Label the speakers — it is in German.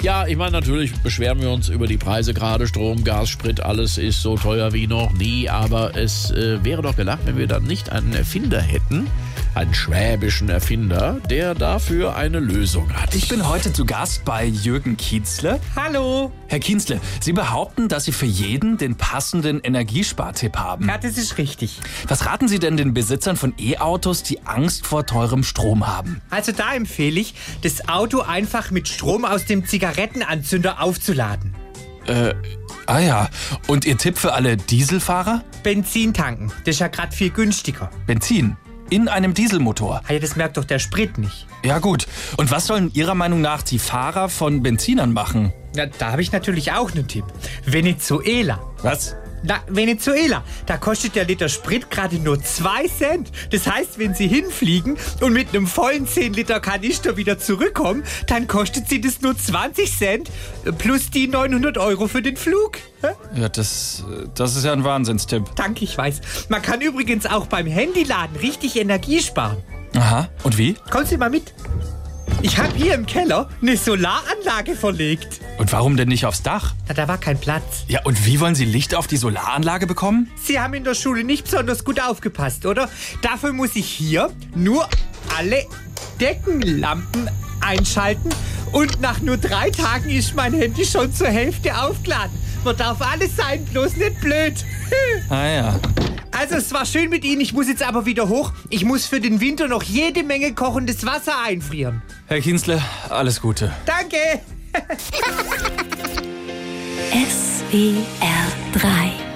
Speaker 1: Ja, ich meine, natürlich beschweren wir uns über die Preise gerade. Strom, Gas, Sprit, alles ist so teuer wie noch nie. Aber es äh, wäre doch gelacht, wenn wir dann nicht einen Erfinder hätten, einen schwäbischen Erfinder, der dafür eine Lösung hat.
Speaker 2: Ich bin heute zu Gast bei Jürgen Kienzle.
Speaker 3: Hallo.
Speaker 2: Herr Kienzle, Sie behaupten, dass Sie für jeden den passenden Energiespartipp haben.
Speaker 3: Ja, das ist richtig.
Speaker 2: Was raten Sie denn den Besitzern von E-Autos, die Angst vor teurem Strom haben?
Speaker 3: Also da empfehle ich, das Auto einfach mit Strom aus dem Zigarettenanzünder aufzuladen.
Speaker 2: Ah ja, und Ihr Tipp für alle Dieselfahrer?
Speaker 3: Benzin tanken. Das ist ja gerade viel günstiger.
Speaker 2: Benzin. In einem Dieselmotor.
Speaker 3: Ah Ja, das merkt doch der Sprit nicht.
Speaker 2: Ja gut. Und was sollen Ihrer Meinung nach die Fahrer von Benzinern machen?
Speaker 3: Na, da habe ich natürlich auch einen Tipp. Venezuela.
Speaker 2: Was?
Speaker 3: Na, Venezuela, da kostet der Liter Sprit gerade nur 2 Cent. Das heißt, wenn Sie hinfliegen und mit einem vollen 10 Liter Kanister wieder zurückkommen, dann kostet Sie das nur 20 Cent plus die 900 Euro für den Flug. Hä?
Speaker 2: Ja, das, das ist ja ein Wahnsinnstipp.
Speaker 3: Danke, ich weiß. Man kann übrigens auch beim Handyladen richtig Energie sparen.
Speaker 2: Aha. Und wie?
Speaker 3: Kommen Sie mal mit. Ich habe hier im Keller eine Solaranlage verlegt.
Speaker 2: Und warum denn nicht aufs Dach?
Speaker 3: Na, da war kein Platz.
Speaker 2: Ja, und wie wollen Sie Licht auf die Solaranlage bekommen?
Speaker 3: Sie haben in der Schule nicht besonders gut aufgepasst, oder? Dafür muss ich hier nur alle Deckenlampen einschalten und nach nur drei Tagen ist mein Handy schon zur Hälfte aufgeladen. Man darf alles sein, bloß nicht blöd.
Speaker 2: Ah ja.
Speaker 3: Also, es war schön mit Ihnen. Ich muss jetzt aber wieder hoch. Ich muss für den Winter noch jede Menge kochendes Wasser einfrieren.
Speaker 2: Herr Kienzle, alles Gute.
Speaker 3: Danke.
Speaker 4: SWR 3